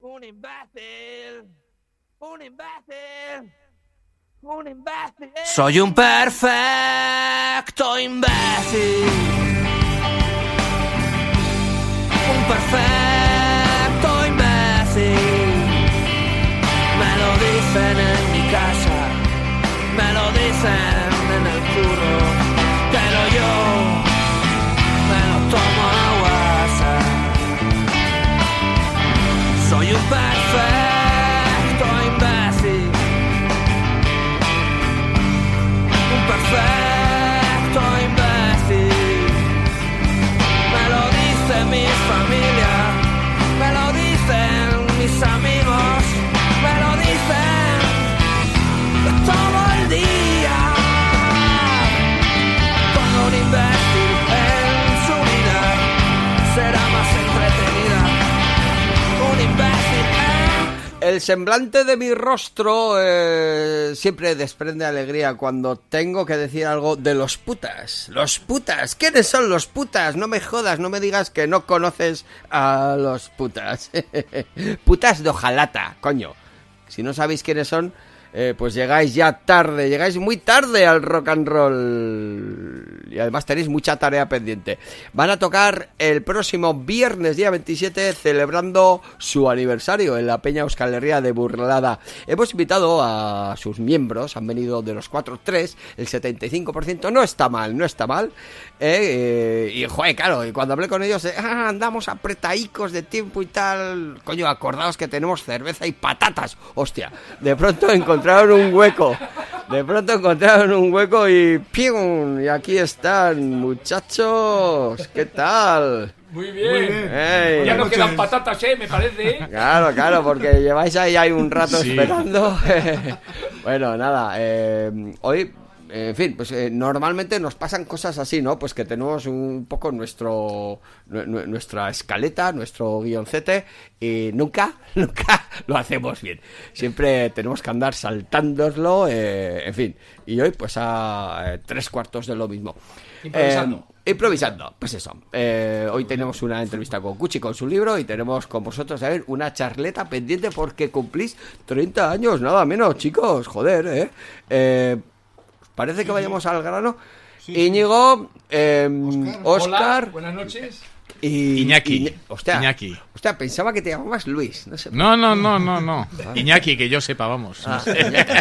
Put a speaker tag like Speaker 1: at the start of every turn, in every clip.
Speaker 1: un imbécil, un imbécil, un imbécil.
Speaker 2: Soy un perfecto imbécil. Un perfecto imbécil. Me lo dicen en mi casa, me lo dicen en el curro, pero yo me lo tomo a la guasa. Soy un perfecto imbécil. Un perfecto imbécil. Me lo dice mi familia, me lo dicen mis amigos, me lo dicen todo el día. Cuando un imbécil en su vida será más entretenida. Un imbécil en
Speaker 3: El semblante de mi rostro eh, siempre desprende alegría cuando tengo que decir algo de los putas. Los putas. ¿Quiénes son los putas? No me jodas, no me digas que no conoces a los putas. putas de ojalata, coño. Si no sabéis quiénes son, eh, pues llegáis ya tarde, llegáis muy tarde al rock and roll. Y además tenéis mucha tarea pendiente. Van a tocar el próximo viernes, día 27, celebrando su aniversario en la Peña Euskal Herria de Burlada. Hemos invitado a sus miembros, han venido de los 4 3, el 75% no está mal, no está mal. Eh, eh, y joder, claro, y cuando hablé con ellos, eh, "Ah, andamos apretaicos de tiempo y tal. Coño, acordaos que tenemos cerveza y patatas. Hostia, de pronto encontraron un hueco. De pronto encontraron un hueco y ¡pium! Y aquí están, muchachos. ¿Qué tal?
Speaker 4: Muy bien. Eh.
Speaker 3: Ey.
Speaker 4: Ya no
Speaker 5: Muchas
Speaker 4: quedan
Speaker 5: gracias.
Speaker 4: patatas, ¿eh? Me parece, ¿eh?
Speaker 3: Claro, claro, porque lleváis ahí, ahí un rato
Speaker 5: Sí.
Speaker 3: esperando. bueno, nada, eh, hoy, eh, en fin, pues eh, normalmente nos pasan cosas así, ¿no? Pues que tenemos un poco nuestro nue- nue- nuestra escaleta, nuestro guioncete, y nunca, nunca lo hacemos bien. Siempre tenemos que andar saltándoslo, eh, en fin. Y hoy, pues a eh, tres cuartos de lo mismo.
Speaker 4: Improvisando.
Speaker 3: Eh, Improvisando, pues eso. Eh, hoy tenemos una entrevista con Cuchi con su libro y tenemos con vosotros, a ver, una charleta pendiente porque cumplís 30 años, nada menos, chicos, joder, ¿eh? Eh, parece que vayamos al grano.
Speaker 5: sí.
Speaker 3: Íñigo, eh, Oscar,
Speaker 4: Hola, buenas noches.
Speaker 3: y.
Speaker 6: Iñaki.
Speaker 3: Iña- hostia,
Speaker 6: Iñaki.
Speaker 3: hostia, pensaba que te llamabas Luis, no sé.
Speaker 6: No, no, no, no, no. Iñaki, que yo sepa, vamos.
Speaker 3: Ah, Iñaki.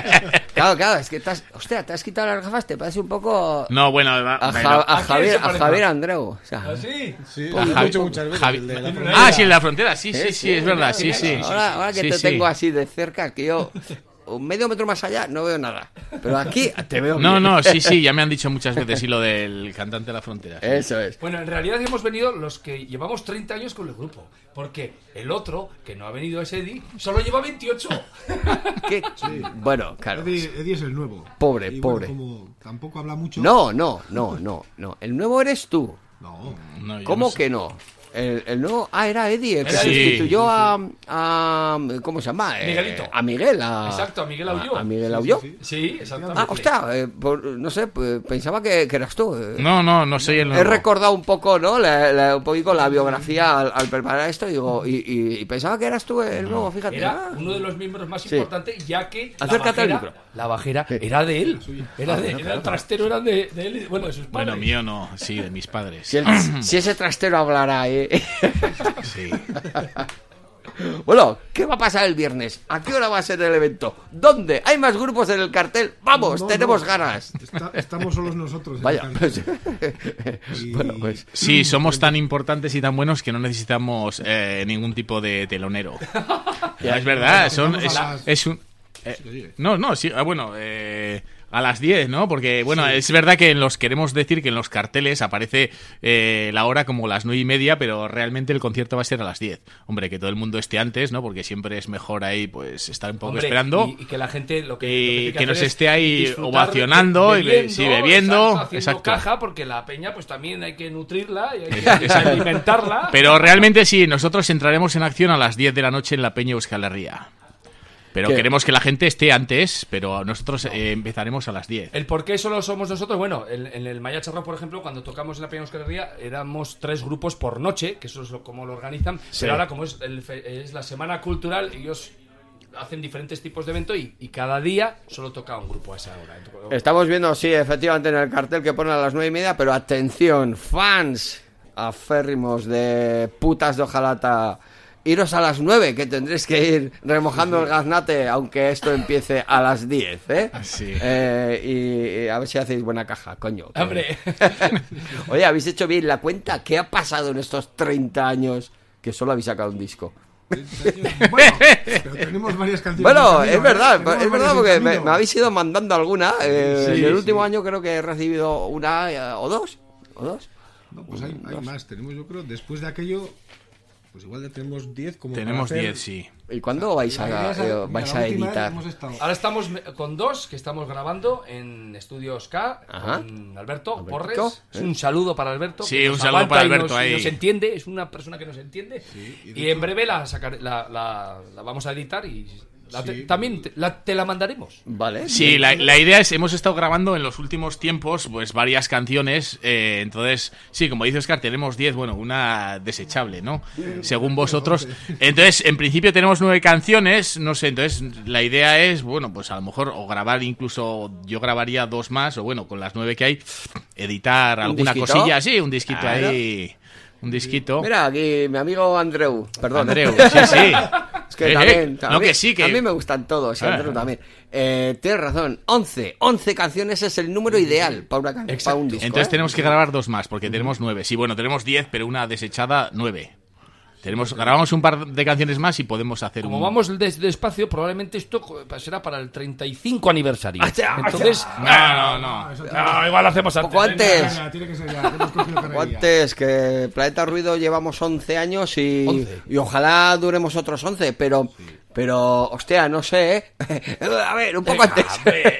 Speaker 3: claro, claro, es que te has, hostia, te has quitado las gafas, te parece un poco.
Speaker 6: No, bueno, va-
Speaker 3: A,
Speaker 6: bueno.
Speaker 3: Ja- a
Speaker 4: ¿A quién
Speaker 3: Javier,
Speaker 4: se
Speaker 3: a
Speaker 4: parece? ¿Ah,
Speaker 3: Javier Andreu. o sea.
Speaker 4: ¿Así?
Speaker 5: Sí,
Speaker 6: A
Speaker 5: lo he
Speaker 6: Javi-
Speaker 5: dicho muchas veces.
Speaker 6: Javi-
Speaker 5: el de la
Speaker 4: Javi-
Speaker 5: frontera.
Speaker 6: Ah, sí, en la frontera, sí, sí, sí, es verdad, sí, sí.
Speaker 3: Ahora, ahora que
Speaker 6: Sí,
Speaker 3: te
Speaker 6: sí.
Speaker 3: tengo así de cerca, es que yo un medio metro más allá no veo nada. Pero aquí te veo.
Speaker 6: No,
Speaker 3: bien.
Speaker 6: no, sí, sí, ya me han dicho muchas veces y lo del cantante de la frontera. sí.
Speaker 3: Eso es.
Speaker 4: Bueno, en realidad hemos venido los que llevamos 30 años con el grupo. Porque el otro, que no ha venido es Eddie, solo lleva 28.
Speaker 3: ¿Qué? Bueno, claro.
Speaker 5: Eddie, Eddie es el nuevo.
Speaker 3: Pobre,
Speaker 5: Y bueno,
Speaker 3: pobre.
Speaker 5: como tampoco habla mucho.
Speaker 3: No, no, no, no, no. El nuevo eres tú.
Speaker 5: No.
Speaker 6: No, yo
Speaker 3: ¿Cómo
Speaker 6: no sé.
Speaker 3: que no? El, el nuevo. Ah, era Eddie, el que
Speaker 4: Era
Speaker 6: Eddie.
Speaker 3: sustituyó a, a- ¿Cómo se llama? Eh,
Speaker 4: Miguelito.
Speaker 3: A Miguel. A,
Speaker 4: Exacto, a Miguel Aulló.
Speaker 3: A, a Miguel Aulló.
Speaker 4: Sí, exactamente.
Speaker 3: Ah, hostia, eh, por- no sé, pues, pensaba que, que eras tú. eh.
Speaker 6: No, no, no soy el
Speaker 3: He
Speaker 6: nuevo.
Speaker 3: recordado un poco, ¿no? La, la- un poquito la biografía al, al preparar esto digo, y, y- y pensaba que eras tú el nuevo, fíjate.
Speaker 4: Era
Speaker 3: Ah.
Speaker 4: uno de los miembros más
Speaker 3: Sí.
Speaker 4: importantes, ya que
Speaker 3: Acércate al
Speaker 4: la
Speaker 3: micro. Ah,
Speaker 4: bajera, la bajera era de él. Era de era el trastero era de, de él, y- bueno, de sus padres.
Speaker 6: Bueno, mío no, sí, de mis padres.
Speaker 3: Si, el- si ese trastero hablará, ¿eh?
Speaker 6: Sí.
Speaker 3: bueno, ¿qué va a pasar el viernes? ¿A qué hora va a ser el evento? ¿Dónde? ¿Hay más grupos en el cartel? ¡Vamos!
Speaker 5: No,
Speaker 3: ¡Tenemos
Speaker 5: no.
Speaker 3: ganas!
Speaker 5: Está- estamos solos nosotros. en
Speaker 3: Vaya,
Speaker 5: la calle.
Speaker 3: pues,
Speaker 5: Y-
Speaker 3: bueno, pues.
Speaker 6: Sí, somos tan importantes y tan buenos que no necesitamos eh, ningún tipo de telonero.
Speaker 3: Ya,
Speaker 6: es verdad,
Speaker 5: vamos
Speaker 6: son,
Speaker 5: a
Speaker 6: es,
Speaker 5: las-
Speaker 6: es un... eh, no, no, sí, ah, bueno, eh, a las 10, ¿no? Porque, bueno, es verdad que en los queremos decir que en los carteles aparece eh, la hora como las 9 y media, pero realmente el concierto va a ser a las 10. Hombre, que todo el mundo esté antes, ¿no? Porque siempre es mejor ahí, pues, estar un poco
Speaker 4: Hombre,
Speaker 6: esperando.
Speaker 4: Y, y que la gente lo que,
Speaker 6: Y
Speaker 4: lo tiene
Speaker 6: que nos
Speaker 4: hacer es
Speaker 6: esté ahí
Speaker 4: disfrutar
Speaker 6: ovacionando y be- sí, bebiendo,
Speaker 4: exacto, haciendo
Speaker 6: exacto.
Speaker 4: caja, porque la peña pues también hay que nutrirla y hay que, alimentarla.
Speaker 6: Pero realmente sí, nosotros entraremos en acción a las 10 de la noche en la Peña Euskal Herria. Pero
Speaker 3: ¿Qué?
Speaker 6: queremos que la gente esté antes, pero nosotros eh, empezaremos a las 10.
Speaker 4: El por qué solo somos nosotros, bueno, en, en el Maya Charro, por ejemplo, cuando tocamos en la Peña Euskal Herria, éramos tres grupos por noche, que eso es lo, como lo organizan, pero ahora como es, el fe- es la semana cultural, ellos hacen diferentes tipos de evento y, y cada día solo toca un grupo a esa hora. Entonces,
Speaker 3: Estamos viendo, sí, efectivamente, en el cartel que pone a las nueve y media, pero atención, fans aférrimos de putas de ojalata. Iros a las 9, que tendréis que ir remojando el gaznate, aunque esto empiece a las 10, ¿eh?
Speaker 6: Sí.
Speaker 3: Eh, y, y a ver si hacéis buena caja, coño. que-
Speaker 4: Hombre,
Speaker 3: Oye, ¿habéis hecho bien la cuenta? ¿Qué ha pasado en estos 30 años que solo habéis sacado un disco?
Speaker 5: Bueno, pero tenemos varias canciones. en
Speaker 3: Bueno,
Speaker 5: camino,
Speaker 3: es
Speaker 5: ¿eh?
Speaker 3: verdad,
Speaker 5: Tenemos
Speaker 3: es verdad
Speaker 5: varias en
Speaker 3: porque me,
Speaker 5: camino.
Speaker 3: me habéis ido mandando alguna. eh,
Speaker 6: Sí,
Speaker 3: en el
Speaker 6: sí.
Speaker 3: último año creo que he recibido una eh, o dos. ¿O dos?
Speaker 5: No, pues hay, hay más. Tenemos, yo creo, después de aquello, pues igual ya tenemos 10 como. para
Speaker 6: Tenemos
Speaker 5: hacer-
Speaker 6: 10, sí.
Speaker 3: ¿Y cuándo vais
Speaker 5: Ah, La idea
Speaker 3: a,
Speaker 5: es-
Speaker 3: eh,
Speaker 5: mira,
Speaker 3: vais
Speaker 5: la
Speaker 3: a
Speaker 5: última vez
Speaker 3: editar?
Speaker 5: hemos estado-
Speaker 4: ahora estamos me- con dos que estamos grabando en Estudios K,
Speaker 3: Ajá.
Speaker 4: con Alberto
Speaker 3: Albertico,
Speaker 4: Porres. Es un saludo para Alberto.
Speaker 6: Sí,
Speaker 4: que
Speaker 6: un
Speaker 4: nos
Speaker 6: saludo
Speaker 4: aguanta
Speaker 6: para
Speaker 4: y nos-
Speaker 6: Alberto
Speaker 4: y
Speaker 6: ahí.
Speaker 4: nos entiende, es una persona que nos entiende.
Speaker 5: y de
Speaker 4: y en breve la, sacar- la, la- la vamos a editar y la te-
Speaker 5: Sí.
Speaker 4: también te la, te la mandaremos.
Speaker 3: Vale.
Speaker 6: Sí, la, la idea es, hemos estado grabando en los últimos tiempos pues varias canciones, eh, entonces, sí, como dice Oscar, tenemos 10, bueno, una desechable, ¿no? Según vosotros. Entonces, en principio tenemos nueve canciones, no sé, entonces la idea es, bueno, pues a lo mejor o grabar incluso, yo grabaría dos más, o bueno, con las nueve que hay, editar
Speaker 3: ¿Un
Speaker 6: alguna
Speaker 3: disquito?
Speaker 6: cosilla, sí, un disquito
Speaker 3: Claro.
Speaker 6: ahí, un disquito.
Speaker 3: Mira, aquí mi amigo Andreu, perdón. ¿eh?
Speaker 6: Andreu, sí, sí.
Speaker 3: Es que
Speaker 6: Eh, eh,
Speaker 3: también,
Speaker 6: no,
Speaker 3: también-
Speaker 6: que sí, que...
Speaker 3: A mí me gustan todos, y
Speaker 6: Ah.
Speaker 3: Andreu también. Eh, tienes razón, 11. 11 canciones es el número ideal para, una can- para un disco.
Speaker 6: Entonces
Speaker 3: ¿eh?
Speaker 6: tenemos que grabar dos más, porque tenemos nueve. Sí, bueno, tenemos diez, pero una desechada, nueve. Tenemos, grabamos un par de canciones más y podemos hacer
Speaker 4: Como
Speaker 6: un...
Speaker 4: vamos des- despacio, probablemente esto co- será para el 35 aniversario.
Speaker 3: Achá, achá.
Speaker 4: Entonces,
Speaker 6: No, no,
Speaker 4: Ah,
Speaker 6: no.
Speaker 5: eso tiene-
Speaker 4: no, igual lo hacemos antes.
Speaker 3: Poco antes.
Speaker 5: Venga, tiene que ser ya. hemos cogido carrerilla.
Speaker 3: Poco antes, que Planeta Ruido llevamos 11 años y,
Speaker 4: 11.
Speaker 3: y ojalá duremos otros 11, pero, pero hostia, no sé, ¿eh? A ver, un poco
Speaker 4: Venga,
Speaker 3: antes.
Speaker 4: hombre.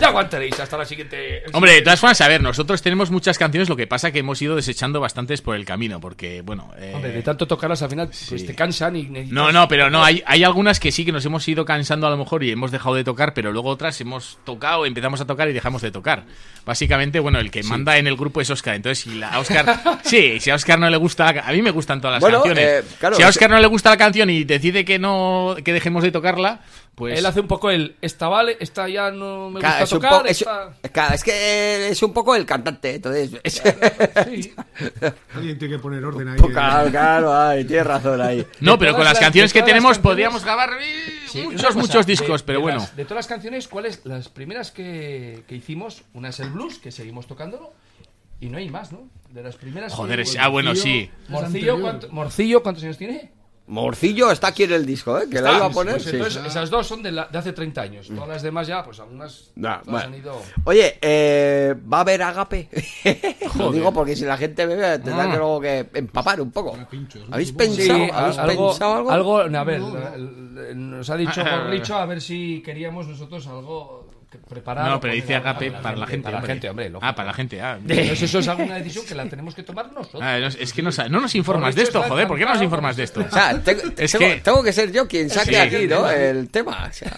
Speaker 4: ya aguantaréis hasta la siguiente. el
Speaker 6: Hombre, de
Speaker 4: siguiente-
Speaker 6: todas formas, a ver, nosotros tenemos muchas canciones, lo que pasa que hemos ido desechando bastantes por el camino, porque, bueno... eh,
Speaker 4: Hombre, de tanto tocarlas al final pues te cansan y necesitas-
Speaker 6: No, no, pero no, hay, hay algunas que sí que nos hemos ido cansando a lo mejor y hemos dejado de tocar, pero luego otras hemos tocado, empezamos a tocar y dejamos de tocar. Básicamente, bueno, el que manda en el grupo es Oscar. Entonces, si la- a Oscar, sí, si a Oscar no le gusta, a mí me gustan todas las
Speaker 3: Bueno,
Speaker 6: canciones.
Speaker 3: eh, claro,
Speaker 6: si a
Speaker 3: es
Speaker 6: Oscar no le gusta la canción y decide que no, que dejemos de tocarla, pues
Speaker 4: Él hace un poco el. Esta vale, esta ya no me
Speaker 3: Claro,
Speaker 4: gusta
Speaker 3: es, un
Speaker 4: tocar.
Speaker 3: po- es-
Speaker 4: esta-
Speaker 3: claro, es que es un poco el cantante, entonces... es-
Speaker 4: Sí.
Speaker 5: Alguien tiene que poner orden ahí. eh.
Speaker 3: claro, claro, ay, tienes razón ahí.
Speaker 6: no,
Speaker 4: de
Speaker 6: pero
Speaker 4: todas
Speaker 6: con las
Speaker 4: las-
Speaker 6: canciones
Speaker 4: de
Speaker 6: que
Speaker 4: todas las canciones-
Speaker 6: tenemos podríamos grabar eh,
Speaker 4: Sí, una
Speaker 6: muchos,
Speaker 4: cosa,
Speaker 6: muchos
Speaker 4: de-
Speaker 6: discos, pero
Speaker 4: de
Speaker 6: bueno.
Speaker 4: las- de todas las canciones, ¿cuáles? Las primeras que, que hicimos, una es el blues, que seguimos tocándolo, y no hay más, ¿no? De las primeras. que-
Speaker 6: Joder, es- ah, bueno, sí.
Speaker 4: Morcillo, ¿cuánto- Morcillo, ¿cuántos años tiene?
Speaker 3: Morcillo está aquí en el disco, ¿eh? Que la
Speaker 4: Ah,
Speaker 3: iba a
Speaker 4: pues
Speaker 3: poner. sí. Mm.
Speaker 4: entonces, esas dos son de, la- de hace 30 años. Todas las demás ya, pues algunas
Speaker 3: Nah,
Speaker 4: todas
Speaker 3: bueno.
Speaker 4: han ido.
Speaker 3: Oye, eh, ¿va a haber agape? Lo digo porque si la gente bebe tendrá que luego que empapar un poco.
Speaker 5: pinchos, ¿no?
Speaker 3: ¿Habéis
Speaker 5: Supongo.
Speaker 4: Ah. Sí,
Speaker 3: pensado, ¿habéis
Speaker 4: algo,
Speaker 3: pensado algo?
Speaker 4: a ver, el- el- nos ha
Speaker 6: Ah,
Speaker 4: dicho Gorricho a ver si queríamos nosotros algo que- preparado.
Speaker 6: No, pero
Speaker 4: poner
Speaker 6: dice
Speaker 4: algo
Speaker 6: agape para la gente.
Speaker 4: Para la gente, hombre. lógico.
Speaker 6: Ah, para la gente. Ah,
Speaker 4: Entonces, eso es alguna decisión que la tenemos que tomar nosotros.
Speaker 6: Ah, no- es que no, sa- no nos informas de esto, joder, ¿por qué no nos informas de esto?
Speaker 3: O sea, te-
Speaker 6: Es
Speaker 3: tengo,
Speaker 6: que-
Speaker 3: tengo que ser yo quien saque
Speaker 6: Sí.
Speaker 3: aquí, ¿no? El tema. O sea,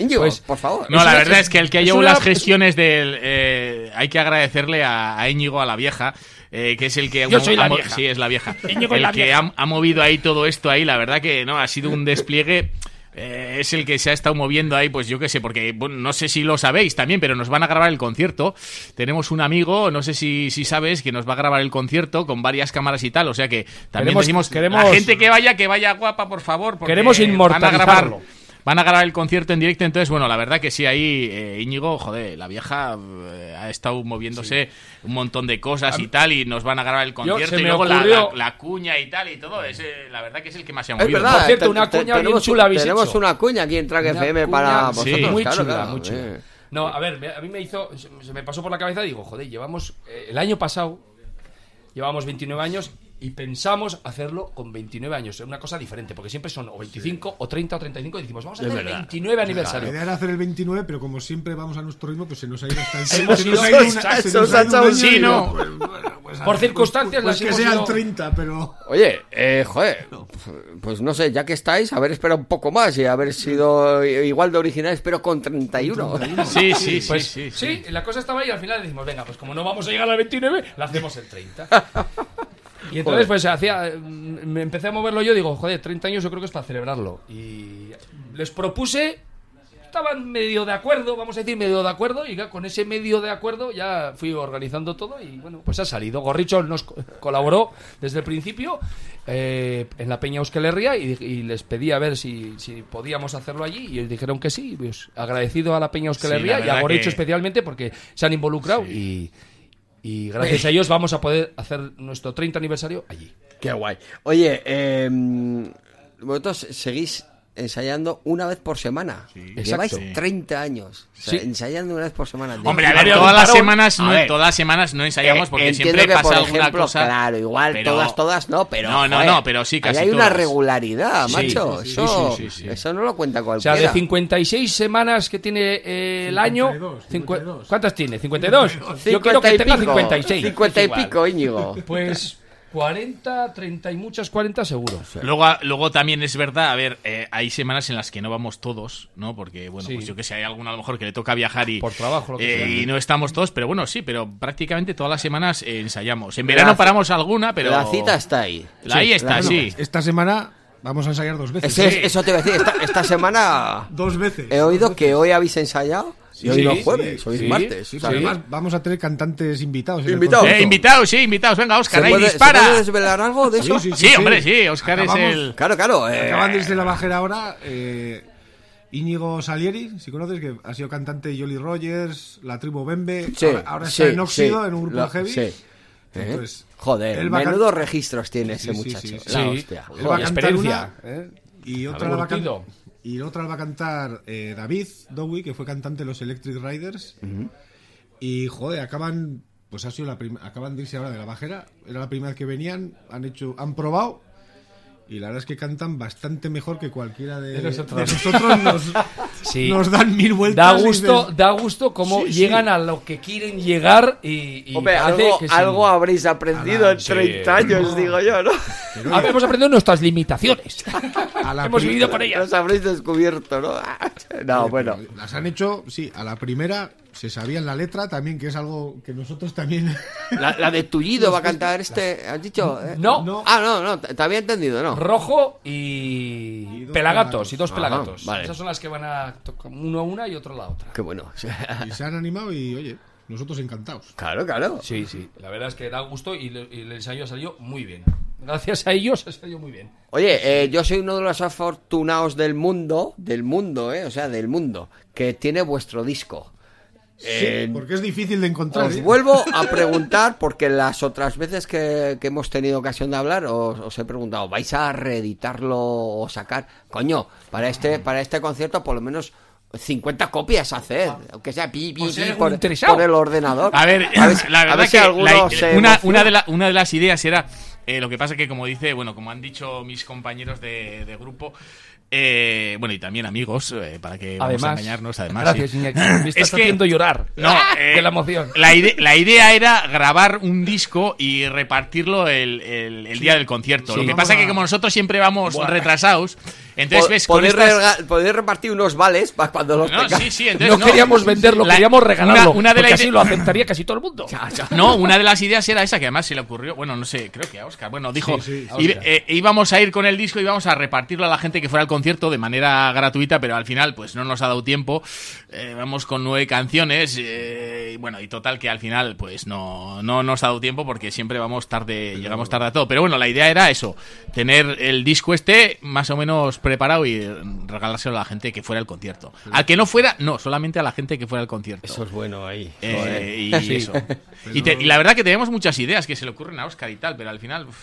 Speaker 3: Íñigo,
Speaker 4: Pues-
Speaker 3: por favor.
Speaker 6: No,
Speaker 4: Es
Speaker 6: la
Speaker 4: una-
Speaker 6: verdad es que el que ha
Speaker 4: es
Speaker 6: llevado
Speaker 4: una-
Speaker 6: las gestiones del. eh, hay que agradecerle a, a Íñigo, a la vieja, eh, que es el que.
Speaker 4: Yo soy la
Speaker 6: ha mo-
Speaker 4: vieja.
Speaker 6: Sí, es la vieja.
Speaker 4: Íñigo es
Speaker 6: el
Speaker 4: la
Speaker 6: que
Speaker 4: vieja.
Speaker 6: ha, ha movido ahí todo esto ahí, la verdad que no, ha sido un despliegue. eh, es el que se ha estado moviendo ahí, pues yo qué sé, porque bueno, no sé si lo sabéis también, pero nos van a grabar el concierto. Tenemos un amigo, no sé si, si sabes, que nos va a grabar el concierto con varias cámaras y tal. O sea que también
Speaker 4: Queremos-
Speaker 6: decimos
Speaker 4: queremos-
Speaker 6: la gente que vaya, que vaya guapa, por favor. porque
Speaker 4: Queremos
Speaker 6: van a
Speaker 4: inmortalizarlo.
Speaker 6: grabar- Van a grabar el concierto en directo, entonces, bueno, la verdad que sí, ahí eh, Íñigo, joder, la vieja eh, ha estado moviéndose un montón de cosas y tal, y nos van a grabar el concierto,
Speaker 4: se
Speaker 6: y
Speaker 4: me
Speaker 6: luego la,
Speaker 4: ocurrió-
Speaker 6: la- la cuña y tal, y todo, es, eh, la verdad que es el que más se ha
Speaker 3: Es
Speaker 6: movido.
Speaker 3: verdad.
Speaker 4: Por cierto,
Speaker 3: te-
Speaker 4: una
Speaker 3: te-
Speaker 4: cuña bien
Speaker 3: tenemos,
Speaker 4: chula habéis
Speaker 3: Tenemos
Speaker 4: hecho.
Speaker 3: una cuña aquí en Track
Speaker 4: Una
Speaker 3: FM
Speaker 4: cuña
Speaker 3: para vosotros.
Speaker 6: sí.
Speaker 4: muy
Speaker 3: claro,
Speaker 4: chula,
Speaker 3: claro,
Speaker 4: muy chula.
Speaker 3: eh.
Speaker 4: No, a ver, me- a mí me hizo, se se me pasó por la cabeza, digo, joder, llevamos, eh, el año pasado, llevamos 29 años y pensamos hacerlo con 29 años, es una cosa diferente, porque siempre son o 25 o 30 o 35 y decimos, vamos a hacer el 29
Speaker 5: La
Speaker 4: aniversario.
Speaker 5: idea era hacer el 29, pero como siempre vamos a nuestro ritmo, pues se nos ha ido hasta el
Speaker 4: Hemos
Speaker 5: se
Speaker 4: ido-
Speaker 5: nos ha ido una-
Speaker 4: se
Speaker 5: se nos ha ido un
Speaker 6: Sí,
Speaker 5: año y
Speaker 6: no.
Speaker 5: digo, pues, bueno, pues,
Speaker 4: Por
Speaker 5: pues,
Speaker 4: circunstancias
Speaker 5: pues,
Speaker 4: las
Speaker 5: que
Speaker 4: hemos
Speaker 5: sean
Speaker 4: ido-
Speaker 5: 30, pero.
Speaker 3: Oye, eh, joder, pf, pues no sé, ya que estáis, haber esperado un poco más y haber sido i- igual de originales, pero con 31.
Speaker 6: Sí, sí, sí,
Speaker 4: Pues,
Speaker 6: sí,
Speaker 4: sí,
Speaker 6: sí.
Speaker 4: la cosa estaba ahí y al final decimos, venga, pues como no vamos a llegar al 29, la hacemos el 30. Y entonces, pues hacía. Me empecé a moverlo yo, digo, joder, 30 años yo creo que es para celebrarlo. Y les propuse. Estaban medio de acuerdo, vamos a decir medio de acuerdo, y ya con ese medio de acuerdo ya fui organizando todo y bueno, pues ha salido. Gorricho nos co- colaboró desde el principio eh, en la Peña Euskal Herria y, y les pedí a ver si, si podíamos hacerlo allí y ellos dijeron que sí. Pues, agradecido a la Peña Euskal
Speaker 6: Sí, la
Speaker 4: Herria y
Speaker 6: verdad
Speaker 4: a Gorricho
Speaker 6: que-
Speaker 4: especialmente porque se han involucrado y, y
Speaker 6: Pues
Speaker 4: gracias a ellos vamos a poder hacer nuestro 30 aniversario allí.
Speaker 3: Qué guay. Oye, eh, vosotros seguís ensayando una vez por semana. Lleváis
Speaker 4: Exacto.
Speaker 3: 30 años o sea,
Speaker 4: Sí.
Speaker 3: ensayando una vez por semana.
Speaker 6: Hombre, a
Speaker 4: Había
Speaker 6: ver,
Speaker 4: algún
Speaker 6: todas las
Speaker 4: parón.
Speaker 6: semanas no,
Speaker 3: A ver.
Speaker 6: todas las semanas no ensayamos
Speaker 3: Eh,
Speaker 6: porque
Speaker 3: entiendo
Speaker 6: siempre
Speaker 3: que,
Speaker 6: pasa
Speaker 3: por
Speaker 6: alguna
Speaker 3: ejemplo,
Speaker 6: cosa.
Speaker 3: Claro, igual
Speaker 6: pero-
Speaker 3: todas, todas no, pero.
Speaker 6: No, no,
Speaker 3: joder,
Speaker 6: no, pero sí,
Speaker 3: ahí
Speaker 6: casi
Speaker 3: Hay una
Speaker 6: todas.
Speaker 3: regularidad,
Speaker 6: Sí,
Speaker 3: macho.
Speaker 6: sí, sí,
Speaker 3: eso,
Speaker 6: sí, sí, sí.
Speaker 3: eso no lo cuenta
Speaker 4: O sea,
Speaker 3: cualquiera.
Speaker 4: de 56 semanas que tiene eh, el año...
Speaker 5: 52,
Speaker 4: cincu-
Speaker 5: 52.
Speaker 4: ¿Cuántas tiene? ¿52? Yo
Speaker 3: 50
Speaker 4: quiero que este
Speaker 3: y
Speaker 4: tenga
Speaker 3: pico,
Speaker 4: 56.
Speaker 3: 50 y
Speaker 4: Es igual.
Speaker 3: pico, Íñigo.
Speaker 4: Pues 40, 30 y muchas 40 seguro.
Speaker 6: Luego, luego también es verdad, a ver, eh, hay semanas en las que no vamos todos, ¿no? Porque, bueno,
Speaker 4: Sí.
Speaker 6: pues yo que sé, hay alguno a lo mejor que le toca viajar y,
Speaker 4: Por trabajo, lo que
Speaker 6: eh,
Speaker 4: sea.
Speaker 6: y no estamos todos, pero bueno, sí, pero prácticamente todas las semanas eh, ensayamos. En verano paramos alguna, pero... Eh,
Speaker 3: La cita está ahí.
Speaker 6: La- ahí está,
Speaker 3: la-
Speaker 6: sí.
Speaker 5: Esta semana vamos a ensayar dos veces.
Speaker 3: Ah, Ese es- eso te voy a decir, esta, esta semana
Speaker 5: Dos veces.
Speaker 3: he oído que hoy habéis ensayado. y hoy no es jueves, hoy es
Speaker 4: sí,
Speaker 3: martes.
Speaker 4: sí.
Speaker 3: o sea,
Speaker 5: Además, vamos a tener cantantes invitados. en el
Speaker 3: Invitados.
Speaker 6: Eh,
Speaker 5: concierto.
Speaker 6: invitados, sí, invitados. Venga,
Speaker 3: ¿Se
Speaker 6: Oscar, ahí
Speaker 3: puede, se
Speaker 6: dispara.
Speaker 3: puede desvelar algo de eso?
Speaker 5: Sí,
Speaker 6: Sí, hombre, sí, Oscar
Speaker 5: Acabamos-
Speaker 6: es el...
Speaker 3: Claro, claro. eh,
Speaker 5: Acaban de irse la bajera ahora. eh, Íñigo Salieri, si conoces, que ha sido cantante de Jolly Rogers, la tribu Bembe.
Speaker 3: sí,
Speaker 5: ahora ahora
Speaker 3: sí,
Speaker 5: está en Óxido,
Speaker 3: sí,
Speaker 5: en un grupo
Speaker 3: la-
Speaker 5: heavy.
Speaker 3: sí. ¿Eh?
Speaker 5: Entonces,
Speaker 3: Joder,
Speaker 5: él va a can-
Speaker 3: menudos registros tiene
Speaker 5: Sí,
Speaker 3: ese
Speaker 5: sí, sí,
Speaker 3: muchacho.
Speaker 5: sí, sí.
Speaker 3: La
Speaker 4: Sí.
Speaker 3: hostia.
Speaker 5: Él va a
Speaker 4: Joder,
Speaker 5: cantar
Speaker 4: experiencia.
Speaker 5: una, ¿eh? y otra la va a can-
Speaker 4: Curtido.
Speaker 5: y otra la va a cantar eh, David Dowie, que fue cantante de los Electric Riders. Y joder, acaban pues ha sido la prim- acaban de irse ahora de la bajera, era la primera vez que venían, han hecho han probado y la verdad es que cantan bastante mejor que cualquiera de,
Speaker 4: De nosotros.
Speaker 5: de nosotros nos,
Speaker 4: Sí.
Speaker 5: nos dan mil
Speaker 4: Da
Speaker 5: vueltas. y
Speaker 4: gusto,
Speaker 5: dices,
Speaker 4: da gusto cómo
Speaker 5: Sí, sí.
Speaker 4: llegan a lo que quieren llegar y, y
Speaker 3: Hombre,
Speaker 4: hace
Speaker 3: algo,
Speaker 4: que se-
Speaker 3: algo habréis aprendido
Speaker 5: Ala,
Speaker 3: en 30 años, digo yo, ¿no?
Speaker 4: Ah, Hemos aprendido nuestras limitaciones.
Speaker 5: a la
Speaker 4: Hemos
Speaker 5: prim-
Speaker 4: vivido con ellas.
Speaker 3: Los habréis descubierto, ¿no? No, bueno.
Speaker 5: Las han hecho, sí, a la primera se sabían la letra también, que es algo que nosotros también
Speaker 3: La, la de Tullido va a cantar este, ¿has dicho? eh?
Speaker 4: No.
Speaker 5: No.
Speaker 3: Ah, no, no, te te había entendido, ¿no?
Speaker 4: Rojo y,
Speaker 5: Y dos
Speaker 4: pelagatos, y dos
Speaker 3: pelagatos.
Speaker 4: pelagatos.
Speaker 3: Ajá, Ah, vale.
Speaker 4: Esas son las que van a tocar uno a una y otro a la otra.
Speaker 3: Qué bueno.
Speaker 5: y se han animado y oye, nosotros encantados.
Speaker 3: Claro, claro.
Speaker 4: Sí, sí. La verdad es que da gusto y, le- y el ensayo ha salido muy bien. Gracias a ellos ha salido muy bien.
Speaker 3: Oye, eh, yo soy uno de los afortunados del mundo, del mundo, ¿eh? O sea, del mundo, que tiene vuestro disco. Eh,
Speaker 5: Sí, porque es difícil de encontrar.
Speaker 3: Os
Speaker 5: ¿eh?
Speaker 3: vuelvo a preguntar, porque las otras veces que, que hemos tenido ocasión de hablar, os, os he preguntado, ¿vais a reeditarlo o sacar? Coño, para este, para este concierto por lo menos 50 copias haced, aunque sea pi, pi,
Speaker 4: Pues si hay
Speaker 3: pi,
Speaker 4: algún
Speaker 3: por,
Speaker 4: interesado.
Speaker 3: por el ordenador.
Speaker 6: A ver,
Speaker 3: A ver si-
Speaker 6: la
Speaker 3: a
Speaker 6: verdad
Speaker 3: ver si eh,
Speaker 6: que
Speaker 3: alguno
Speaker 6: la-
Speaker 3: se
Speaker 6: una,
Speaker 3: emociona.
Speaker 6: una de la- una de las ideas era, eh, lo que pasa que como dice, bueno, como han dicho mis compañeros de, de grupo, eh, bueno, y también amigos, eh, para que vamos a engañarnos, además.
Speaker 4: Gracias,
Speaker 6: sí.
Speaker 4: Iñaki. Me estás
Speaker 6: Es que-
Speaker 4: haciendo llorar.
Speaker 6: No, eh,
Speaker 4: Ah, de la emoción.
Speaker 6: La, ide- la idea era grabar un disco y repartirlo el, el- el día del concierto.
Speaker 4: Sí,
Speaker 6: lo que
Speaker 5: vamos
Speaker 6: pasa que
Speaker 5: a-
Speaker 6: como nosotros siempre vamos retrasados, entonces
Speaker 3: Po-
Speaker 6: ves con
Speaker 3: podéis,
Speaker 6: estas...
Speaker 3: rega- podéis repartir unos vales para cuando los
Speaker 6: No,
Speaker 3: tengáis.
Speaker 6: sí, sí,
Speaker 4: No,
Speaker 6: entonces,
Speaker 4: queríamos venderlo,
Speaker 6: La-
Speaker 4: queríamos
Speaker 6: una-
Speaker 4: regalarlo.
Speaker 6: una de
Speaker 4: porque
Speaker 6: la
Speaker 4: así
Speaker 6: ide-
Speaker 4: lo aceptaría casi todo el mundo.
Speaker 6: No, una de las ideas era esa que además se le ocurrió. Bueno, no sé, creo que a Oscar. Bueno, dijo:
Speaker 5: Sí, sí,
Speaker 4: a
Speaker 6: "Ib-
Speaker 4: Óscar".
Speaker 6: eh, íbamos a ir con el disco y íbamos a repartirlo a la gente que fuera al concierto de manera gratuita, pero al final, pues no nos ha dado tiempo. Eh, vamos con nueve canciones. eh, y bueno, y total que al final, pues no, no nos ha dado tiempo porque siempre vamos tarde, llegamos tarde a todo. Pero bueno, la idea era eso: tener el disco este más o menos preparado y regalárselo a la gente que fuera al concierto. Al que no fuera, no, solamente a la gente que fuera al concierto.
Speaker 3: es bueno ahí.
Speaker 6: Eh, y eso. Y, te- y la verdad que tenemos muchas ideas que se le ocurren a Oscar y tal, pero al final. uf,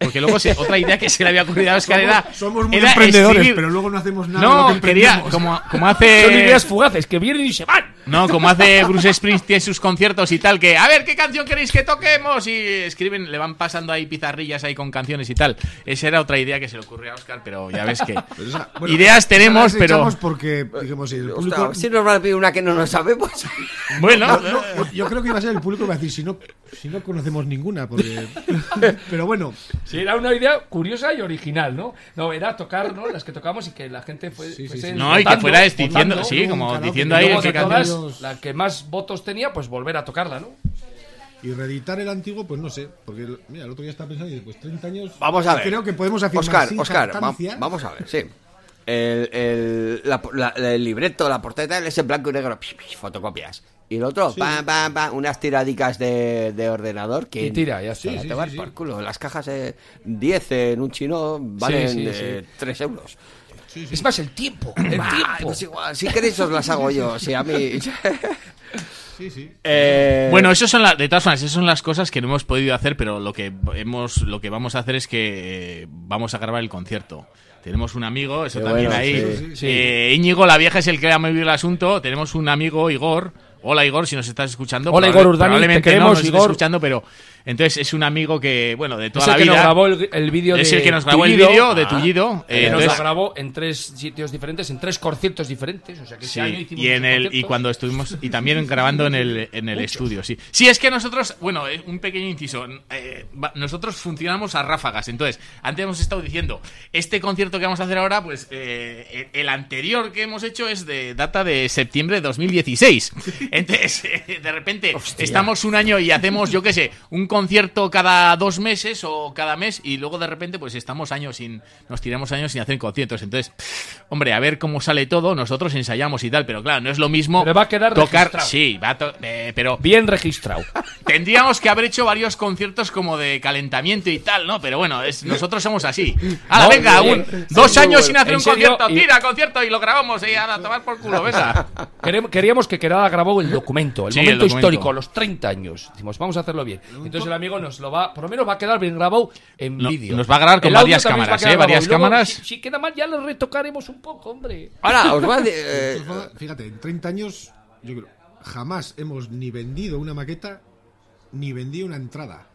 Speaker 6: porque luego se- otra idea que se le había ocurrido a Oscar
Speaker 5: Somos-
Speaker 6: era.
Speaker 5: somos muy
Speaker 6: era
Speaker 5: emprendedores,
Speaker 6: escribir-
Speaker 5: pero luego no hacemos nada de
Speaker 6: No,
Speaker 5: lo que
Speaker 6: quería.
Speaker 5: emprendemos.
Speaker 6: Como, como
Speaker 4: Son
Speaker 6: hace.
Speaker 4: ideas fugaces que vienen y se van.
Speaker 6: No, como hace Bruce Springsteen en sus conciertos y tal, que a ver qué canción queréis que toquemos y escriben, le van pasando ahí pizarrillas ahí con canciones y tal. Esa era otra idea que se le ocurrió a Oscar, pero ya ves que
Speaker 5: Pero esa- bueno,
Speaker 6: ideas
Speaker 5: esa la
Speaker 6: tenemos, pero
Speaker 5: desechamos porque dijimos, sí, el
Speaker 3: Ostras,
Speaker 5: público-
Speaker 3: si nos van a pedir una que no nos pues. sabemos.
Speaker 6: bueno,
Speaker 5: yo, yo creo que iba a ser el público que iba a decir si no, si no conocemos ninguna, porque. Pero bueno,
Speaker 4: Sí, era una idea curiosa y original, ¿no? No, era tocar, ¿no? Las que tocamos y que la gente fue,
Speaker 5: Sí, sí,
Speaker 4: fuese
Speaker 5: sí.
Speaker 6: no y que
Speaker 4: votando,
Speaker 6: fuera
Speaker 4: votando,
Speaker 6: diciendo, sí,
Speaker 5: ¿no? Un
Speaker 6: como
Speaker 5: karaoke
Speaker 6: diciendo
Speaker 5: que
Speaker 4: Y
Speaker 6: ahí
Speaker 4: luego
Speaker 5: luego
Speaker 6: qué
Speaker 4: de
Speaker 5: todas-
Speaker 6: canción.
Speaker 4: todas, la que más votos tenía, pues volver a tocarla, ¿no?
Speaker 5: y reeditar el antiguo, pues no sé. Porque, mira, el otro día estaba pensando y dice, pues 30 años.
Speaker 3: Vamos a ver.
Speaker 5: Creo que podemos afirmar
Speaker 3: Oscar,
Speaker 5: sin
Speaker 3: Oscar, va-
Speaker 5: jactancia.
Speaker 3: vamos a ver, sí. El, el- la- la- el libreto, la portada y tal, es en blanco y negro, psh, psh, fotocopias. Y el otro, pam, pam, pam, unas tiradicas de, de ordenador que
Speaker 4: Y tira, ya está.
Speaker 3: a
Speaker 5: sí,
Speaker 3: tomar
Speaker 5: sí, sí.
Speaker 3: por culo. Las cajas de 10 en un chino valen
Speaker 4: sí,
Speaker 3: eh, 3 euros.
Speaker 4: Es más, el tiempo, el
Speaker 3: Ah,
Speaker 4: tiempo.
Speaker 3: pues igual, si queréis os las hago yo, si a mí...
Speaker 5: Sí, sí.
Speaker 3: Eh,
Speaker 6: Bueno, eso son la- de todas formas, esas son las cosas que no hemos podido hacer, pero lo que hemos, lo que vamos a hacer es que eh, vamos a grabar el concierto. Tenemos un amigo, eso
Speaker 3: Qué
Speaker 6: también
Speaker 3: bueno,
Speaker 6: ahí.
Speaker 3: sí,
Speaker 4: sí.
Speaker 6: Eh, Íñigo la vieja es el que ha movido el asunto. Tenemos un amigo, Igor. Hola Igor, si nos estás escuchando.
Speaker 4: Hola,
Speaker 6: Probable-
Speaker 4: Igor Urdani, te
Speaker 6: probablemente no
Speaker 4: queremos,
Speaker 6: nos estés
Speaker 4: Igor.
Speaker 6: escuchando, pero entonces es un amigo que, bueno, de toda
Speaker 4: Es
Speaker 6: la
Speaker 4: el que
Speaker 6: vida.
Speaker 4: nos grabó el, el vídeo de
Speaker 6: es el que nos grabó el
Speaker 4: Tullido.
Speaker 6: vídeo de Tullido.
Speaker 4: Eh,
Speaker 6: Eh,
Speaker 4: nos
Speaker 6: entonces-
Speaker 4: la grabó en tres sitios diferentes, en tres conciertos diferentes. O sea que ese
Speaker 6: Sí,
Speaker 4: año hicimos
Speaker 6: y en
Speaker 4: muchos
Speaker 6: el y
Speaker 4: conciertos.
Speaker 6: cuando estuvimos y también grabando en el en el estudio sí sí es que nosotros bueno eh, un pequeño inciso eh, va- nosotros funcionamos a ráfagas entonces antes hemos estado diciendo este concierto que vamos a hacer ahora pues eh, el el anterior que hemos hecho es de data de septiembre de 2016 entonces eh, de repente estamos un año y hacemos yo qué sé un concierto cada dos meses o cada mes y luego de repente pues estamos años sin nos tiramos años sin hacer conciertos entonces hombre a ver cómo sale todo nosotros ensayamos y tal pero claro no es lo mismo
Speaker 4: Pero va a quedar
Speaker 6: Oh, tocar
Speaker 4: registrado.
Speaker 6: sí va a to- eh, pero
Speaker 4: Bien registrado.
Speaker 6: tendríamos que haber hecho varios conciertos como de calentamiento y tal no pero bueno es, nosotros somos así ahora
Speaker 4: No,
Speaker 6: venga
Speaker 4: oye,
Speaker 6: un-
Speaker 4: sí,
Speaker 6: dos
Speaker 4: muy
Speaker 6: años
Speaker 4: bueno.
Speaker 6: sin hacer
Speaker 4: En
Speaker 6: un
Speaker 4: serio,
Speaker 6: concierto
Speaker 4: y-
Speaker 6: tira concierto y lo grabamos y ahora a tomar por culo besa
Speaker 4: Querem- Queríamos que quedara grabado el documento, el
Speaker 6: Sí, el
Speaker 4: momento
Speaker 6: documento.
Speaker 4: histórico, los 30 años. Decimos, vamos a hacerlo bien. Entonces el amigo nos lo va, por lo menos va a quedar bien grabado en
Speaker 6: No,
Speaker 4: vídeo.
Speaker 6: nos va a grabar con
Speaker 4: El audio
Speaker 6: varias
Speaker 4: también va a
Speaker 6: cámaras,
Speaker 4: quedar
Speaker 6: ¿eh?
Speaker 4: grabado.
Speaker 6: Varias
Speaker 4: Y luego,
Speaker 6: cámaras.
Speaker 4: Si, si queda mal, ya lo retocaremos un poco, hombre.
Speaker 3: Ahora, os voy a de- eh,
Speaker 5: Entonces, Fíjate, en 30 años, yo creo, jamás hemos ni vendido una maqueta ni vendido una entrada.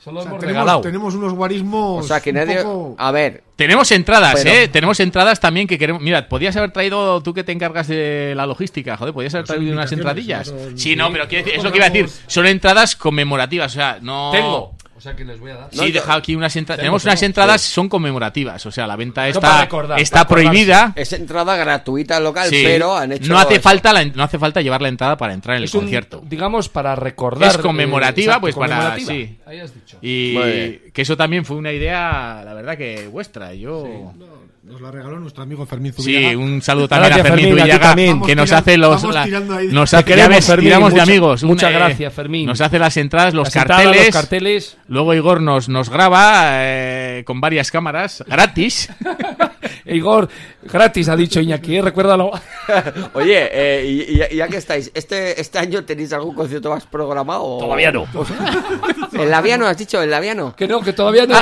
Speaker 4: Solo
Speaker 5: O sea,
Speaker 4: hemos
Speaker 5: tenemos,
Speaker 4: regalado.
Speaker 5: tenemos unos guarismos.
Speaker 3: o sea, que
Speaker 5: un
Speaker 3: nadie...
Speaker 5: poco-
Speaker 3: A ver,
Speaker 6: Tenemos entradas,
Speaker 3: Pero-
Speaker 6: ¿eh? Tenemos entradas también que queremos. Mira, podías haber traído, tú que te encargas de la logística, joder, podías haber
Speaker 5: son
Speaker 6: traído unas
Speaker 5: invitaciones,
Speaker 6: entradillas.
Speaker 5: no son-
Speaker 6: Sí, no, pero quiero decir- es lo que iba a
Speaker 5: Compramos-
Speaker 6: decir. Son entradas conmemorativas, o sea, no.
Speaker 4: Tengo. O sea que les voy a dar.
Speaker 6: Sí, he dejado aquí unas entradas. Tenemos unas entradas, son conmemorativas, o sea, la venta
Speaker 4: para
Speaker 6: está,
Speaker 4: recordar,
Speaker 6: está
Speaker 4: para acordarse.
Speaker 6: prohibida.
Speaker 3: es entrada gratuita al local,
Speaker 6: sí.
Speaker 3: pero han hecho...
Speaker 6: no, hace
Speaker 3: eso.
Speaker 6: falta la en- no hace falta llevar la entrada para entrar en el
Speaker 4: Es un,
Speaker 6: concierto.
Speaker 4: digamos, para recordar. eh,
Speaker 6: Es conmemorativa, pues, para-
Speaker 4: conmemorativa.
Speaker 6: sí.
Speaker 4: Ahí has dicho.
Speaker 6: Y
Speaker 3: Muy bien.
Speaker 6: que eso también fue una idea, la verdad, que vuestra. Yo.
Speaker 5: No, nos la regaló nuestro amigo Fermín Zubillaga.
Speaker 6: Sí, un saludo también
Speaker 4: Gracias,
Speaker 6: a Fermín,
Speaker 4: Fermín, a ti
Speaker 6: Zubillaga,
Speaker 4: también.
Speaker 6: que
Speaker 5: Vamos
Speaker 6: nos
Speaker 5: tiran-
Speaker 6: hace los...
Speaker 5: vamos
Speaker 6: la-
Speaker 5: tirando ahí.
Speaker 6: nos
Speaker 4: Te
Speaker 6: hace, ya
Speaker 4: queremos,
Speaker 6: ves,
Speaker 4: Fermín,
Speaker 6: tiramos de
Speaker 4: mucha-
Speaker 6: amigos. eh,
Speaker 4: muchas gracias, Fermín.
Speaker 6: Nos hace las entradas, los,
Speaker 4: Las entradas,
Speaker 6: carteles,
Speaker 4: los carteles.
Speaker 6: Luego Igor nos, nos graba eh, con varias cámaras, gratis.
Speaker 4: Igor, gratis, ha dicho Iñaki, ¿eh? recuérdalo.
Speaker 3: Oye, eh, y, y ya- ya que estáis, este, ¿este año tenéis algún concierto más programado? o-
Speaker 4: Todavía no.
Speaker 3: ¿El labiano has dicho? ¿El labiano?
Speaker 4: Pues Que no, que todavía no.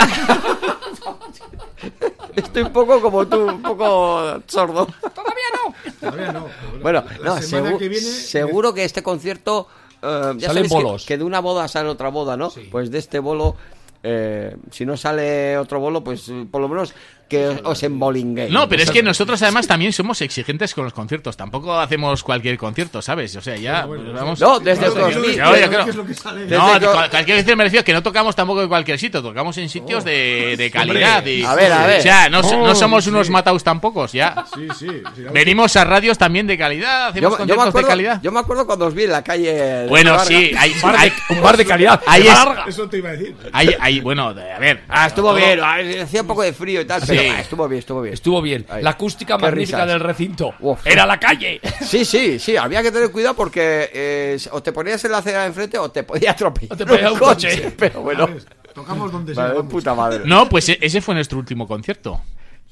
Speaker 3: Estoy un poco como tú, un poco sordo.
Speaker 5: Todavía no. pero
Speaker 3: Bueno,
Speaker 5: la
Speaker 3: no,
Speaker 5: semana
Speaker 3: segu-
Speaker 5: que viene-
Speaker 3: seguro que este concierto... eh, ya
Speaker 4: Salen
Speaker 3: sabéis que-
Speaker 4: bolos.
Speaker 3: Que, de una boda sale otra boda, ¿no? Pues de este bolo... eh, si no sale otro bolo, pues eh, por lo menos que os embolinguéis.
Speaker 6: No, pero es que nosotros además también somos exigentes con los conciertos. Tampoco hacemos cualquier concierto, ¿sabes? O sea, ya... pues, vamos-
Speaker 3: No, desde
Speaker 6: Vamos,
Speaker 3: otros
Speaker 6: yo-
Speaker 3: mil-
Speaker 6: yo- yo
Speaker 5: ¿Qué
Speaker 6: creo-
Speaker 5: es lo que sale?
Speaker 3: Desde
Speaker 6: No,
Speaker 3: que-
Speaker 6: cual- cualquier decir me refiero que no tocamos tampoco en cualquier sitio, tocamos en sitios de, de calidad. y-
Speaker 3: a ver, a ver.
Speaker 6: O sea, no, so- no
Speaker 5: Oh,
Speaker 6: somos
Speaker 5: sí.
Speaker 6: unos mataos tampoco, ya.
Speaker 5: Sí, sí. sí, la-
Speaker 6: Venimos a radios también de calidad,
Speaker 3: Yo,
Speaker 6: hacemos
Speaker 3: yo me
Speaker 6: conciertos
Speaker 3: acuerdo,
Speaker 6: de calidad.
Speaker 3: yo me acuerdo cuando os vi en la calle. de
Speaker 6: bueno,
Speaker 3: Vargas.
Speaker 6: sí, hay,
Speaker 4: Un bar
Speaker 6: hay-
Speaker 4: de- un bar de calidad.
Speaker 6: ahí
Speaker 4: de
Speaker 6: es-
Speaker 4: Vargas.
Speaker 5: Eso te iba a decir.
Speaker 6: hay- hay- bueno, de- a ver.
Speaker 3: Ah, estuvo bien, ah, hacía un poco de frío y tal, pero
Speaker 6: Sí.
Speaker 3: ah, estuvo bien, estuvo bien.
Speaker 4: Estuvo bien.
Speaker 3: Ahí.
Speaker 4: La acústica
Speaker 3: Qué
Speaker 4: magnífica
Speaker 3: risas.
Speaker 4: del recinto.
Speaker 3: Uf.
Speaker 4: Era la calle.
Speaker 3: Sí, sí, sí, había que tener cuidado porque eh, o te ponías en la acera de enfrente o te podía atropellar.
Speaker 4: O te podía un coche.
Speaker 3: Pero bueno,
Speaker 5: ¿Sabes? Tocamos donde sea.
Speaker 3: vale,
Speaker 5: vamos.
Speaker 3: puta madre.
Speaker 6: No, pues e- ese fue nuestro último concierto.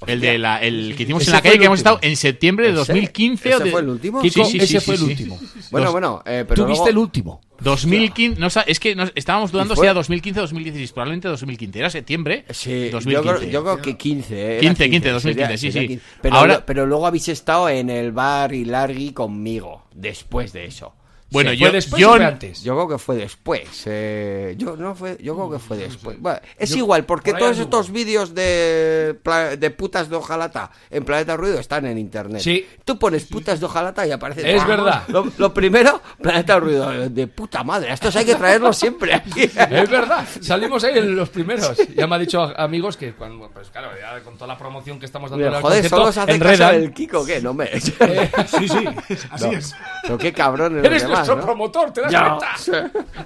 Speaker 6: El, de la, el que hicimos
Speaker 4: Ese
Speaker 6: en la
Speaker 4: fue
Speaker 6: calle
Speaker 4: el
Speaker 6: que hemos
Speaker 4: último.
Speaker 6: estado en septiembre de
Speaker 3: ¿Ese?
Speaker 6: 2015. o
Speaker 3: ¿Ese
Speaker 6: de-
Speaker 3: fue el último?
Speaker 6: Kiko,
Speaker 4: Sí, ese fue el último.
Speaker 3: Bueno,
Speaker 6: Los-
Speaker 3: bueno, eh, pero
Speaker 4: Tú
Speaker 3: luego-
Speaker 4: viste el último.
Speaker 6: 2015, no, sa- es que nos- estábamos dudando
Speaker 3: fue-
Speaker 6: si era 2015 o 2016, probablemente 2015, era septiembre
Speaker 3: Sí,
Speaker 6: 2015.
Speaker 3: Yo, creo, yo creo que 15, eh, era
Speaker 6: 15, 2015, sí, sí.
Speaker 3: Pero,
Speaker 6: Ahora-
Speaker 3: lo- pero luego habéis estado en el bar y largui conmigo, después de eso.
Speaker 6: Bueno,
Speaker 4: ¿Fue
Speaker 6: yo,
Speaker 4: después
Speaker 6: yo-
Speaker 4: o fue antes?
Speaker 3: Yo creo que fue después. eh, yo no fue, yo creo que
Speaker 4: Mm,
Speaker 3: fue después. Bueno, es igual, porque
Speaker 4: por ahí
Speaker 3: todos
Speaker 4: anduvo.
Speaker 3: estos vídeos de, pla- de putas de hojalata en Planeta Ruido están en internet.
Speaker 4: Sí.
Speaker 3: Tú pones putas de hojalata y aparece.
Speaker 4: Es verdad.
Speaker 3: Lo, lo primero, Planeta Ruido. De puta madre, a estos hay que traerlos siempre aquí.
Speaker 4: Es verdad, salimos ahí en los primeros. Ya me ha dicho a- amigos que, cuando, pues claro, ya con toda la promoción que estamos dando
Speaker 3: Joder,
Speaker 4: al concepto,
Speaker 3: solo se hace
Speaker 4: enredan.
Speaker 3: caso del Kiko, ¿qué? No me.
Speaker 5: Sí, sí, así es.
Speaker 3: Pero qué cabrón
Speaker 4: Eres nuestro promotor, te das cuenta.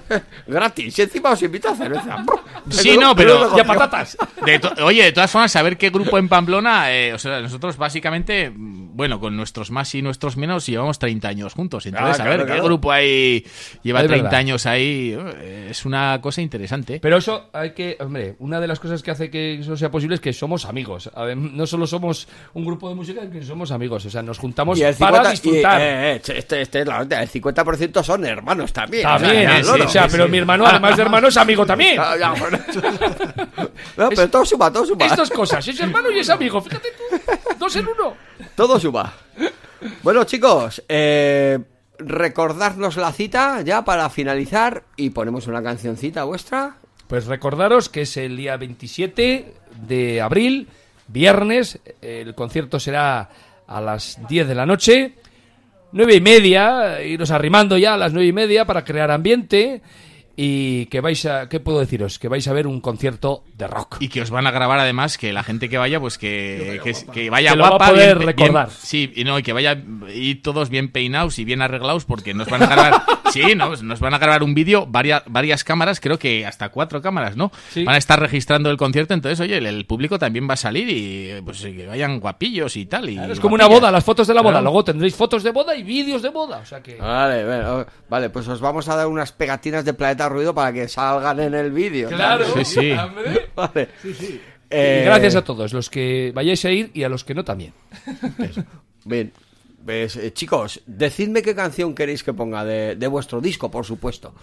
Speaker 3: Gratis, y encima os invito a cerveza.
Speaker 6: Sí, no, pero.
Speaker 4: Y a patatas.
Speaker 6: De to- Oye, de todas formas, saber qué grupo en Pamplona. eh, o sea, nosotros básicamente, mm, bueno, con nuestros más y nuestros menos, llevamos 30 años juntos. Entonces,
Speaker 3: Ah,
Speaker 6: a ver
Speaker 3: claro,
Speaker 6: qué
Speaker 3: claro.
Speaker 6: grupo ahí lleva
Speaker 4: Es
Speaker 6: 30
Speaker 4: verdad.
Speaker 6: años ahí. eh, Es una cosa interesante.
Speaker 4: Pero eso hay que, hombre, una de las cosas que hace que eso sea posible es que somos amigos. A ver, no solo somos un grupo de música, que somos amigos. O sea, nos juntamos
Speaker 3: Y el 50,
Speaker 4: Pues para disfrutar.
Speaker 3: y, eh, eh, este, este es la onda, el 50% son hermanos también.
Speaker 4: También,
Speaker 3: ya,
Speaker 4: eh, sí,
Speaker 3: loro. Ah,
Speaker 4: o sea, pero mi hermano, además de hermano, es amigo también.
Speaker 3: Ya, ya, bueno. No, pero todo suma, todo suma.
Speaker 4: Estas cosas, es hermano y es amigo, fíjate tú, dos en uno.
Speaker 3: Todo suma. Bueno, chicos, eh, recordadnos la cita ya para finalizar y ponemos una cancioncita vuestra.
Speaker 4: Pues recordaros que es el día 27 de abril, viernes. El concierto será a las 10 de la noche. 9 y media, iros arrimando ya a las 9 y media para crear ambiente. Y que vais a. ¿Qué puedo deciros? Que vais a ver un concierto de rock.
Speaker 6: Y que os van a grabar además que la gente que vaya, pues que, que, que vaya
Speaker 4: Que lo va a
Speaker 6: guapa.
Speaker 4: poder
Speaker 6: bien-
Speaker 4: recordar.
Speaker 6: bien- sí, y no, y que vaya y todos bien peinados y bien arreglados porque nos van a grabar. sí, nos, nos van a grabar un vídeo, varias, varias cámaras, creo que hasta cuatro cámaras, ¿no?
Speaker 4: Sí.
Speaker 6: Van a estar registrando el concierto, entonces, oye, el, el público también va a salir y pues que vayan guapillos y tal. Y
Speaker 4: es como una boda, las fotos de la boda. Luego tendréis fotos de boda y vídeos de boda. O sea que.
Speaker 6: Ah,
Speaker 3: Vale, bueno, vale, pues os vamos a dar unas pegatinas de Planeta Ruido para que salgan en el vídeo.
Speaker 6: Sí, sí.
Speaker 4: hombre.
Speaker 3: Vale.
Speaker 4: Y
Speaker 3: Eh,
Speaker 4: gracias a todos, los que vayáis a ir y a los que no también.
Speaker 3: Bien. Pues, eh, chicos, decidme qué canción queréis que ponga de, de vuestro disco, por supuesto.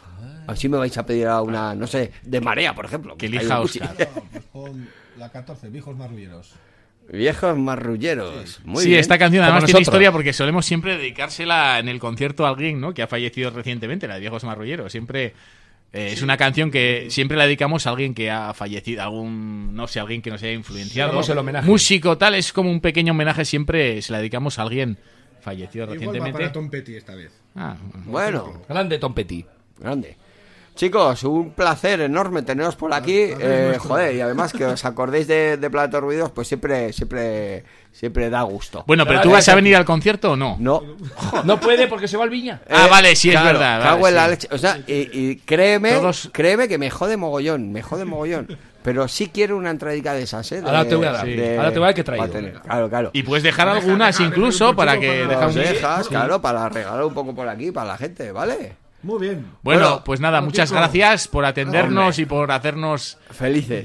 Speaker 3: Así me vais a pedir a una, no sé, de marea, por ejemplo.
Speaker 6: Que
Speaker 3: Hay
Speaker 6: elija
Speaker 3: un-
Speaker 6: Óscar.
Speaker 5: Con la 14, viejos marrulleros.
Speaker 3: Viejos marrulleros. Muy
Speaker 6: sí,
Speaker 3: bien.
Speaker 6: esta canción
Speaker 4: Como
Speaker 6: además tiene
Speaker 4: nosotros.
Speaker 6: historia porque solemos siempre dedicársela en el concierto a alguien, ¿no? Que ha fallecido recientemente, la de Viejos Marrulleros. Siempre eh, es una canción que siempre la dedicamos a alguien que ha fallecido, algún, no sé, alguien que nos haya influenciado.
Speaker 4: Hagamos el homenaje.
Speaker 6: Músico, tal, es como un pequeño homenaje, siempre se la dedicamos a alguien fallecido
Speaker 5: Igual va para
Speaker 6: recientemente.
Speaker 5: Tom Petty esta vez.
Speaker 6: Ah,
Speaker 3: Bueno,
Speaker 4: Grande Tom Petty.
Speaker 3: grande. Chicos, un placer enorme teneros por aquí. Eh, joder, y además que os acordéis de, de Plato Ruidos, pues siempre, siempre, siempre da gusto.
Speaker 6: bueno, pero ¿tú vas a venir al concierto o no?
Speaker 3: no.
Speaker 4: No puede porque se va al Viña.
Speaker 6: Ah,
Speaker 3: Eh,
Speaker 6: vale, sí, es
Speaker 3: claro,
Speaker 6: verdad. vale,
Speaker 3: cago en la
Speaker 6: sí.
Speaker 3: leche. O sea, y, y créeme,
Speaker 6: Todos-
Speaker 3: créeme que me jode mogollón, me jode mogollón. Pero sí quiero una entradica de esas, ¿eh? De-
Speaker 4: Ahora te voy a dar, ahora te voy a dar que he traído.
Speaker 3: para tener. Claro, claro.
Speaker 6: Y puedes dejar algunas incluso para que
Speaker 5: para-
Speaker 6: dejamos-
Speaker 3: Nos dejas, claro, para regalar un poco por aquí, para la gente, ¿vale?
Speaker 5: Muy bien.
Speaker 6: Bueno,
Speaker 3: Bueno,
Speaker 6: pues nada, muchas
Speaker 5: Kiko.
Speaker 6: gracias por atendernos y por hacernos
Speaker 3: Felices.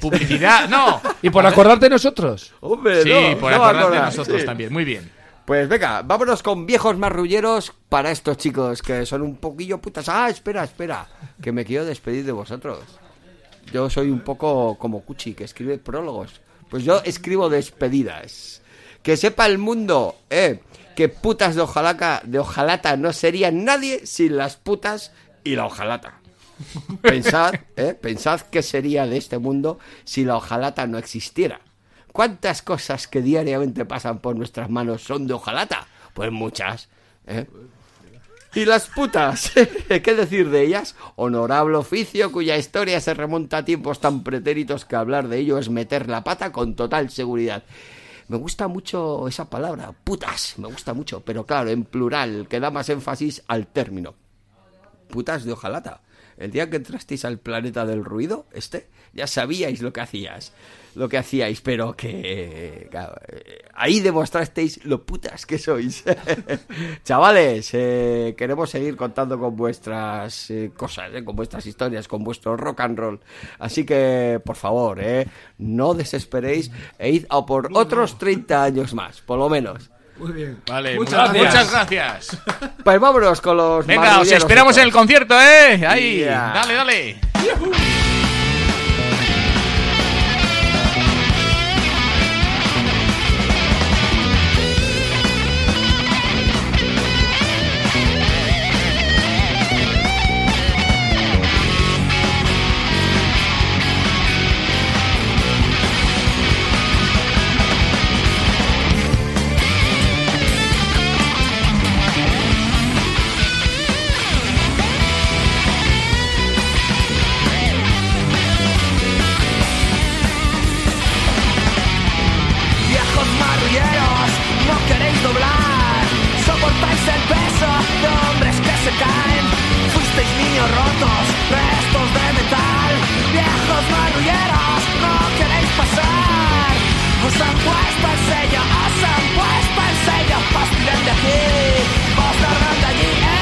Speaker 6: publicidad. No,
Speaker 4: Y por acordarte de nosotros.
Speaker 3: Hombre,
Speaker 6: sí,
Speaker 3: no,
Speaker 6: por
Speaker 3: no va a
Speaker 6: acordarte de
Speaker 3: acordar,
Speaker 6: nosotros
Speaker 3: sí.
Speaker 6: también. Muy bien.
Speaker 3: Pues venga, vámonos con viejos marrulleros para estos chicos que son un poquillo putas. Ah, espera, espera, que me quiero despedir de vosotros. Yo soy un poco como Cuchi, que escribe prólogos. Pues yo escribo despedidas. Que sepa el mundo, eh, que putas de ojalaca, de ojalata no serían nadie sin las putas y la ojalata. Pensad, ¿eh? pensad qué sería de este mundo si la hojalata no existiera. ¿Cuántas cosas que diariamente pasan por nuestras manos son de hojalata? Pues muchas. ¿eh? Y las putas, ¿qué decir de ellas? Honorable oficio cuya historia se remonta a tiempos tan pretéritos que hablar de ello es meter la pata con total seguridad. Me gusta mucho esa palabra, putas, me gusta mucho, pero claro, en plural, que da más énfasis al término putas de hojalata. El día que entrasteis al planeta del ruido, este, ya sabíais lo que hacías, lo que hacíais, pero que claro, eh, ahí demostrasteis lo putas que sois. Chavales, eh, queremos seguir contando con vuestras eh, cosas, eh, con vuestras historias, con vuestro rock and roll. Así que, por favor, eh, no desesperéis e id a por otros 30 años más, por lo menos.
Speaker 5: Muy bien.
Speaker 6: Vale,
Speaker 4: Muchas
Speaker 6: muchas
Speaker 4: gracias.
Speaker 6: muchas gracias.
Speaker 3: Pues vámonos con los.
Speaker 6: Venga, os
Speaker 3: marrulleros
Speaker 6: esperamos en el
Speaker 3: estos.
Speaker 6: concierto, ¿eh? Ahí,
Speaker 3: Ya.
Speaker 6: dale, dale.
Speaker 2: Viejos marrulleros, no queréis doblar, soportáis el peso de hombres que se caen. Fuisteis niños rotos, restos de metal. Viejos marrulleros, no queréis pasar. Os han puesto el sello, os han puesto el sello. Os tiran de aquí, os largan de allí, ¡eh!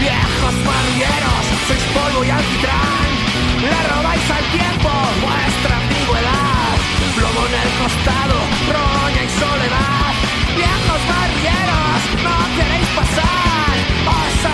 Speaker 2: Viejos marrulleros, sois polvo y alquitrán Le robáis al tiempo vuestra ambigüedad Plomo en el costado, roña y soledad Viejos marrulleros, no queréis pasar Os han